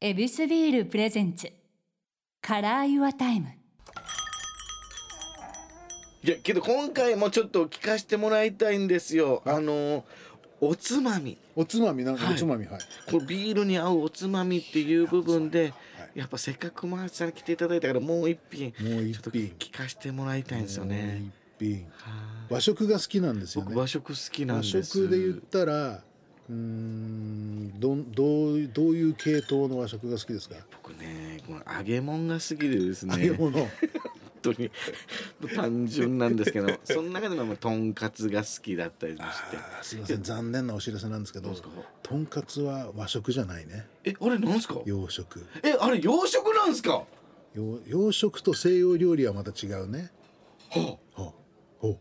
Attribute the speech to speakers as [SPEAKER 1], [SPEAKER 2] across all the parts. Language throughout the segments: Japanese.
[SPEAKER 1] エビスビールプレゼンツカラーユアタイム
[SPEAKER 2] いやけど今回もちょっと聞かせてもらいたいんですよあのおつまみ
[SPEAKER 3] おつまみなんか
[SPEAKER 2] はい
[SPEAKER 3] おつまみはい、
[SPEAKER 2] これビールに合うおつまみっていう部分で
[SPEAKER 3] はい
[SPEAKER 2] やっぱせっかくマーチさん来ていただいたからもう一品
[SPEAKER 3] も
[SPEAKER 2] ちょっ
[SPEAKER 3] う一
[SPEAKER 2] と
[SPEAKER 3] 品
[SPEAKER 2] 聞かせてもらいたいんですよね
[SPEAKER 3] もう一品
[SPEAKER 2] はい
[SPEAKER 3] 和食が好きなんですよね
[SPEAKER 2] 僕和食好きなん
[SPEAKER 3] 和
[SPEAKER 2] です
[SPEAKER 3] 食で言ったらうーんどんどうどういう系統の和食が好きですか、
[SPEAKER 2] 僕ねこの揚げ物が好きでですね
[SPEAKER 3] 揚 げ物
[SPEAKER 2] 本当に単純なんですけどその中でもまあとんかつが好きだったりもして
[SPEAKER 3] あーすいません残念なお知らせなんですけ
[SPEAKER 2] どう
[SPEAKER 3] ど
[SPEAKER 2] ですか
[SPEAKER 3] とんかつは和食じゃないね
[SPEAKER 2] えあれなんですか
[SPEAKER 3] 洋食
[SPEAKER 2] えあれ洋食なんですかは
[SPEAKER 3] 洋洋食と西洋料理はまた違うね
[SPEAKER 2] あ
[SPEAKER 3] ほうほう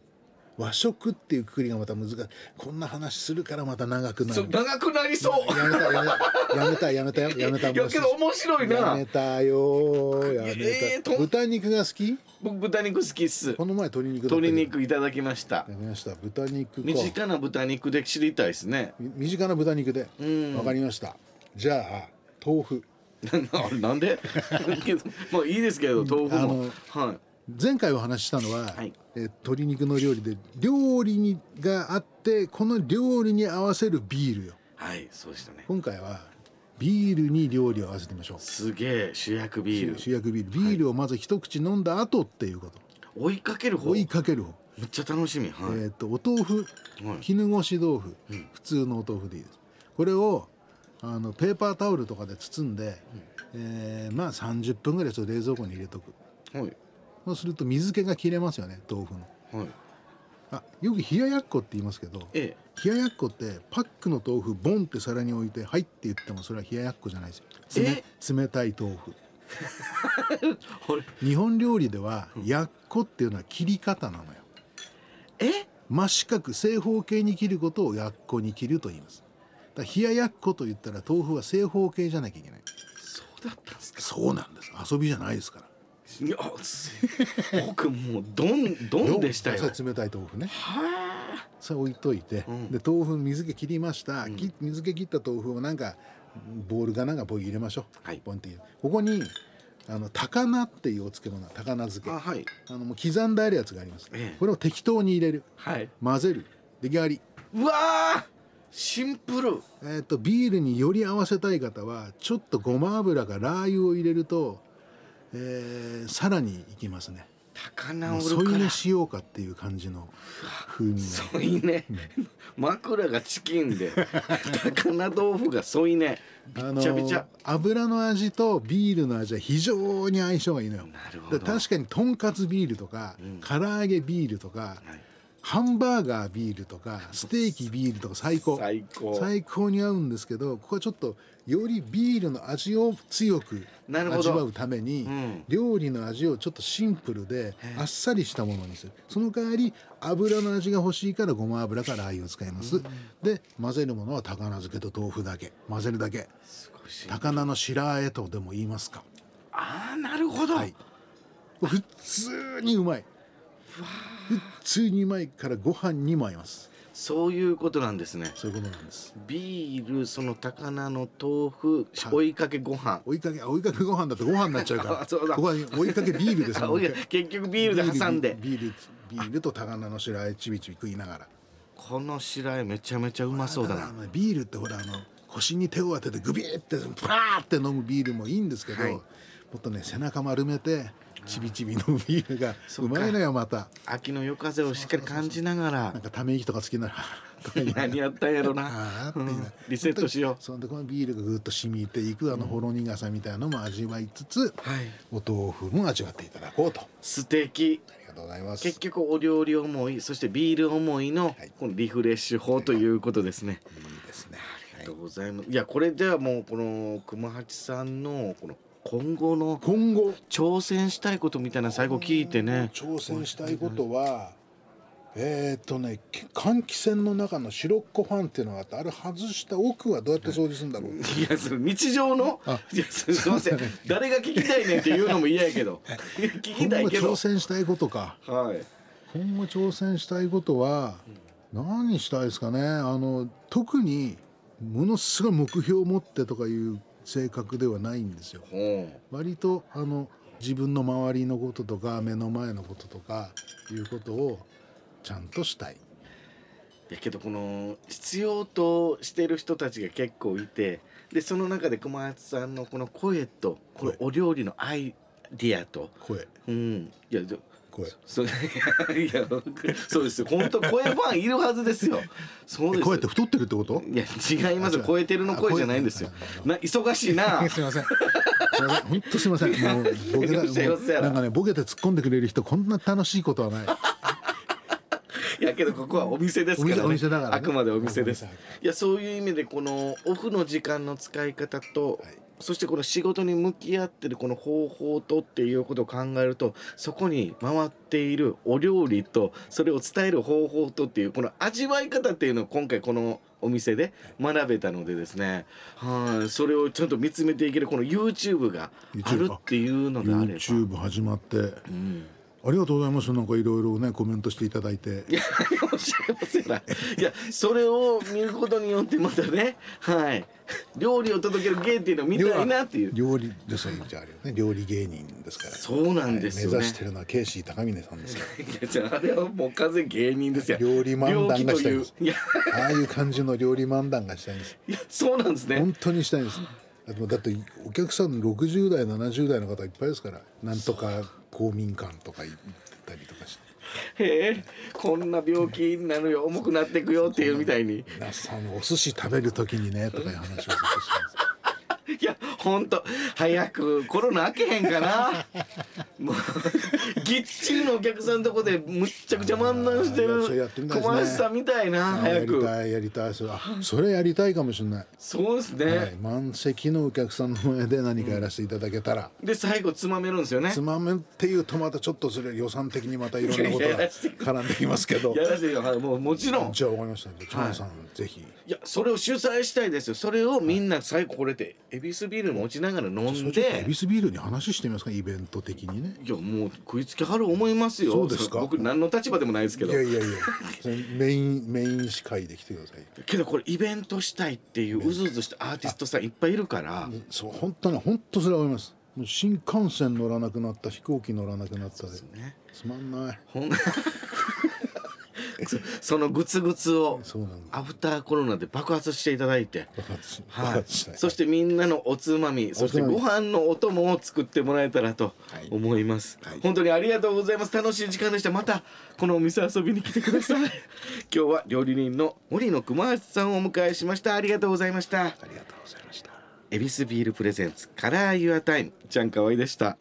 [SPEAKER 3] 和食っていうくくりがまた難しいこんな話するからまた長くな
[SPEAKER 2] そ
[SPEAKER 3] る
[SPEAKER 2] う長くなりそう
[SPEAKER 3] やめたやめたやめたやめたよやめた
[SPEAKER 2] いやけど面白い
[SPEAKER 3] や
[SPEAKER 2] な
[SPEAKER 3] めたよやめた、
[SPEAKER 2] えーと
[SPEAKER 3] 豚肉が好き
[SPEAKER 2] 僕豚肉好きっす
[SPEAKER 3] この前鶏肉だったけど
[SPEAKER 2] 鶏肉いただきました
[SPEAKER 3] やめました豚肉か
[SPEAKER 2] 身近な豚肉で知りたいですね
[SPEAKER 3] み身近な豚肉で
[SPEAKER 2] ん
[SPEAKER 3] わかりましたじゃあ豆腐
[SPEAKER 2] なななん でけどまあいいですけど豆腐もはい
[SPEAKER 3] 前回お話ししたのは、
[SPEAKER 2] はい
[SPEAKER 3] えー鶏肉の料理で料理にがあってこの料理に合わせるビールよ
[SPEAKER 2] はいそうでしたね
[SPEAKER 3] 今回はビールに料理を合わせてみましょう
[SPEAKER 2] すげえ主役ビー
[SPEAKER 3] 主役ビールビールをまず一口飲んだ後っていうこと、
[SPEAKER 2] ル追いかける方
[SPEAKER 3] 追い
[SPEAKER 2] め
[SPEAKER 3] かける方、
[SPEAKER 2] っちゃ楽しみはい、
[SPEAKER 3] えー、とお豆腐
[SPEAKER 2] はい
[SPEAKER 3] 絹ごし豆腐、普通のお豆腐でいいですこれをあのペーパータオルとかで包んで、えーまあ30分ぐらいちょっと冷蔵庫に入れとく
[SPEAKER 2] はい
[SPEAKER 3] そうすると水気が切れますよね豆腐の
[SPEAKER 2] はい
[SPEAKER 3] あよく冷ややっこって言いますけど
[SPEAKER 2] え
[SPEAKER 3] 冷ややっこってパックの豆腐ボンって皿に置いて「はい」って言ってもそれは冷ややっこじゃないですよつめ冷たい豆腐
[SPEAKER 2] 俺
[SPEAKER 3] 日本料理ではやっこっていうのは切り方なのよ
[SPEAKER 2] え
[SPEAKER 3] 真四角正方形に切ることをやっこに切ると言いますだから冷ややっこと言ったら豆腐は正方形じゃなきゃいけない
[SPEAKER 2] そうだったんですか
[SPEAKER 3] そうなんです遊びじゃないですから
[SPEAKER 2] いやす僕もうど んどんでしたよ
[SPEAKER 3] それ冷たい豆腐ね
[SPEAKER 2] は
[SPEAKER 3] それ置いといて、
[SPEAKER 2] うん
[SPEAKER 3] で豆腐水気切りました、き水気切った豆腐をなんかボールかなんかボイ入れましょう、
[SPEAKER 2] はい
[SPEAKER 3] ポンって入れここにあの高菜っていうお漬物高菜漬け
[SPEAKER 2] ああ
[SPEAKER 3] あ
[SPEAKER 2] はい
[SPEAKER 3] のもう刻んであるやつがあります、
[SPEAKER 2] ええ
[SPEAKER 3] これを適当に入れる
[SPEAKER 2] はい
[SPEAKER 3] 混ぜる出来上がり
[SPEAKER 2] うわーシンプル
[SPEAKER 3] えー、とビールにより合わせたい方はちょっとごま油かラー油を入れると、えーさらにいきますね
[SPEAKER 2] 高菜
[SPEAKER 3] もう
[SPEAKER 2] お
[SPEAKER 3] 添
[SPEAKER 2] る
[SPEAKER 3] い
[SPEAKER 2] か
[SPEAKER 3] 寝
[SPEAKER 2] ら
[SPEAKER 3] しようかっていう感じの風味が
[SPEAKER 2] 添い寝枕がチキン で高菜豆腐が添い寝びっちゃびちゃ、
[SPEAKER 3] あの油の味とビールの味は非常に相性がいいのよ
[SPEAKER 2] なるほど
[SPEAKER 3] だから確かにとんかつビールとか、唐揚げビールとか、ハンバーガービールとかステーキビールとか最高
[SPEAKER 2] 最高
[SPEAKER 3] 最高に合うんですけどここはちょっとよりビールの味を強く
[SPEAKER 2] なるほど
[SPEAKER 3] 味わうために、
[SPEAKER 2] うん
[SPEAKER 3] 料理の味をちょっとシンプルであっさりしたものにするその代わり油の味が欲しいからごま油かラー油を使います、で混ぜるものは高菜漬けと豆腐だけ混ぜるだけ
[SPEAKER 2] 少し
[SPEAKER 3] 高菜の白あえとでも言いますか
[SPEAKER 2] ああなるほど、
[SPEAKER 3] はいこれ普通にうまい普通にうまいからご飯にも合います
[SPEAKER 2] そういうことなんですね
[SPEAKER 3] そういうことなんです
[SPEAKER 2] ビールその高菜の豆腐
[SPEAKER 3] い
[SPEAKER 2] 追いかけご飯
[SPEAKER 3] 追いかけあ追いかけご飯だとご飯になっちゃうから
[SPEAKER 2] あそうだ
[SPEAKER 3] ここは追いかけビールです
[SPEAKER 2] あおい結局ビールで挟んで
[SPEAKER 3] ビールビールビールと高菜の白あえちびちび食いながら
[SPEAKER 2] この白あえめちゃめちゃうまそうだ
[SPEAKER 3] たあ
[SPEAKER 2] な
[SPEAKER 3] のビールってほらあの腰に手を当ててグビーってパーって飲むビールもいいんですけど、
[SPEAKER 2] はい
[SPEAKER 3] もっとね背中丸めてちびちび飲むビールが
[SPEAKER 2] そうっか
[SPEAKER 3] まいのよまた
[SPEAKER 2] 秋の夜風をしっかり感じながら
[SPEAKER 3] なんかため息とかつきながらとか言いながら
[SPEAKER 2] 何やったんやろな
[SPEAKER 3] あーって言いながら
[SPEAKER 2] リセットしよ
[SPEAKER 3] そんでこのビールがぐっと染みていくあのほろ苦さみたいなのも味わいつつ、
[SPEAKER 2] うはい
[SPEAKER 3] お豆腐も味わっていただこうとあ
[SPEAKER 2] 素敵
[SPEAKER 3] りがとうございます
[SPEAKER 2] 結局お料理思いそしてビール思いの
[SPEAKER 3] はい
[SPEAKER 2] このリフレッシュ法ということですね。
[SPEAKER 3] いいですね
[SPEAKER 2] ありがとうございます。いやこれではもうこの熊八さんのこの今後の
[SPEAKER 3] 今後
[SPEAKER 2] 挑戦したいことみたいな最後聞いてね。
[SPEAKER 3] 挑戦したいことはえーっとねき換気扇の中の白っこファンっていうのがあってあれ外した奥はどうやって掃除するんだろう、
[SPEAKER 2] いやその日常の
[SPEAKER 3] あ
[SPEAKER 2] いやすすいません誰が聞きたいねんっていうのも嫌やけ どいや聞きた
[SPEAKER 3] 今
[SPEAKER 2] い
[SPEAKER 3] 後
[SPEAKER 2] けど
[SPEAKER 3] 挑戦したいことか
[SPEAKER 2] はい
[SPEAKER 3] 今後挑戦したいことは何したいですかねあの特にものすごい目標を持ってとかいう性格ではないんですよ
[SPEAKER 2] ほ
[SPEAKER 3] 割とあの自分の周りのこととか目の前のこととかいうことをちゃんとしたい。
[SPEAKER 2] うやけどこの必要としてる人たちが結構いてでその中で小松さんのこの声とこの
[SPEAKER 3] 声
[SPEAKER 2] お料理のアイディアと
[SPEAKER 3] 声
[SPEAKER 2] うんいやで
[SPEAKER 3] 声
[SPEAKER 2] そ いやいやそうですよ本当声ファンいるはずですよそうです
[SPEAKER 3] 声って太ってるってこと
[SPEAKER 2] いや違いますよ
[SPEAKER 3] あ違う
[SPEAKER 2] 超えてるの声じゃないんですよ
[SPEAKER 3] あ声
[SPEAKER 2] な忙しいな
[SPEAKER 3] すいません。すいません本当すいません。もうボケだ
[SPEAKER 2] いやいや
[SPEAKER 3] もうなんかねボケて突っ込んでくれる人こんな楽しいことはない。
[SPEAKER 2] いやけどここはお店ですからね
[SPEAKER 3] お店お店だからね
[SPEAKER 2] あくまでお店です
[SPEAKER 3] お店だか
[SPEAKER 2] いやそういう意味でこのオフの時間の使い方と、
[SPEAKER 3] い
[SPEAKER 2] そしてこの仕事に向き合ってるこの方法とっていうことを考えるとそこに回っているお料理とそれを伝える方法とっていうこの味わい方っていうのを今回このお店で学べたのでですねはいそれをちょっと見つめていけるこの YouTube があるっていうのであれば
[SPEAKER 3] YouTube 始まって
[SPEAKER 2] うん
[SPEAKER 3] ありがとうございます。なんかいろいろねコメントしていただいて
[SPEAKER 2] い。や、おっしゃいませんな。いや、それを見ることによって、またね、はい。料理を届ける芸っていうのを見たいなっていう。
[SPEAKER 3] 料理でそういうじゃあるよね料理芸人ですから。
[SPEAKER 2] そうなんですよ、ね。
[SPEAKER 3] 目指してるのはケイシー高峰さんですよ。
[SPEAKER 2] いやじ ゃあ、あれはもう完全に芸人ですよ。
[SPEAKER 3] 料理漫談がしたい
[SPEAKER 2] 料
[SPEAKER 3] んで
[SPEAKER 2] 理
[SPEAKER 3] す
[SPEAKER 2] という。いや、
[SPEAKER 3] ああいう感じの料理漫談がしたいんです。
[SPEAKER 2] いやそうなんですね。
[SPEAKER 3] 本当にしたいです。あとだってお客さん60代70代の方いっぱいですからなんとか公民館とか行ったりとかして
[SPEAKER 2] へえ、こんな病気になるよ、重くなっていくよっていうみたいに。
[SPEAKER 3] 那須さんお寿司食べる時にねとかいう話をずっとして
[SPEAKER 2] いや、ほんと、早くコロナ開けへんかな。もう、ぎっちりのお客さんのとこでむっちゃくちゃ漫談して
[SPEAKER 3] あーいやそれやって
[SPEAKER 2] る
[SPEAKER 3] みたいですね
[SPEAKER 2] 小林さんみたいな、
[SPEAKER 3] ますや
[SPEAKER 2] 早
[SPEAKER 3] り
[SPEAKER 2] く。
[SPEAKER 3] たいやりたいそれあそれやりたいかもしれない、
[SPEAKER 2] そうですね。
[SPEAKER 3] はい、満席のお客さんの前で何かやらせていただけたら、
[SPEAKER 2] で最後つまめるんですよね
[SPEAKER 3] つ。まめっていうとまたちょっとそれ予算的にまたいろんなこと
[SPEAKER 2] いやいや
[SPEAKER 3] が絡んできますけど
[SPEAKER 2] やらせてよはいもうもちろん。
[SPEAKER 3] じゃあわかりましたじゃあチャンさん、ぜひ
[SPEAKER 2] いやそれを主催したいですよ。それをみんな最後これでエビスビール持ちながら飲
[SPEAKER 3] そ
[SPEAKER 2] ん
[SPEAKER 3] れちょっとエ
[SPEAKER 2] で
[SPEAKER 3] ビ。スビールに話してみますかイベント的にね
[SPEAKER 2] いやもう食いつきはる思いますよ。
[SPEAKER 3] そうですか
[SPEAKER 2] 僕何の立場でもないですけど
[SPEAKER 3] いや。いやいやそれ メインメイン司会で来てください
[SPEAKER 2] けどこれイベントしたいっていううずうずしたアーティストさんいっぱいいるから。
[SPEAKER 3] そう本当ね本当それは思いますもう新幹線乗らなくなった飛行機乗らなくなったで
[SPEAKER 2] ね。
[SPEAKER 3] つまんない
[SPEAKER 2] ほん そそのグツグツを
[SPEAKER 3] そうなんだ
[SPEAKER 2] アフターコロナで爆発していただいて。
[SPEAKER 3] 爆発し爆
[SPEAKER 2] はい
[SPEAKER 3] 発し、ない
[SPEAKER 2] そしてみんなのおつまみそして
[SPEAKER 3] おつまみ
[SPEAKER 2] ご飯のお供を作ってもらえたらと思います、
[SPEAKER 3] はい
[SPEAKER 2] 本当にありがとうございます楽しい時間でしたまたこのお店遊びに来てくだ さい今日は料理人の森野熊橋さんをお迎えしましたありがとうございました
[SPEAKER 3] ありがとうございました
[SPEAKER 2] エビスビールプレゼンツカラーユアタイムちゃんかわいでした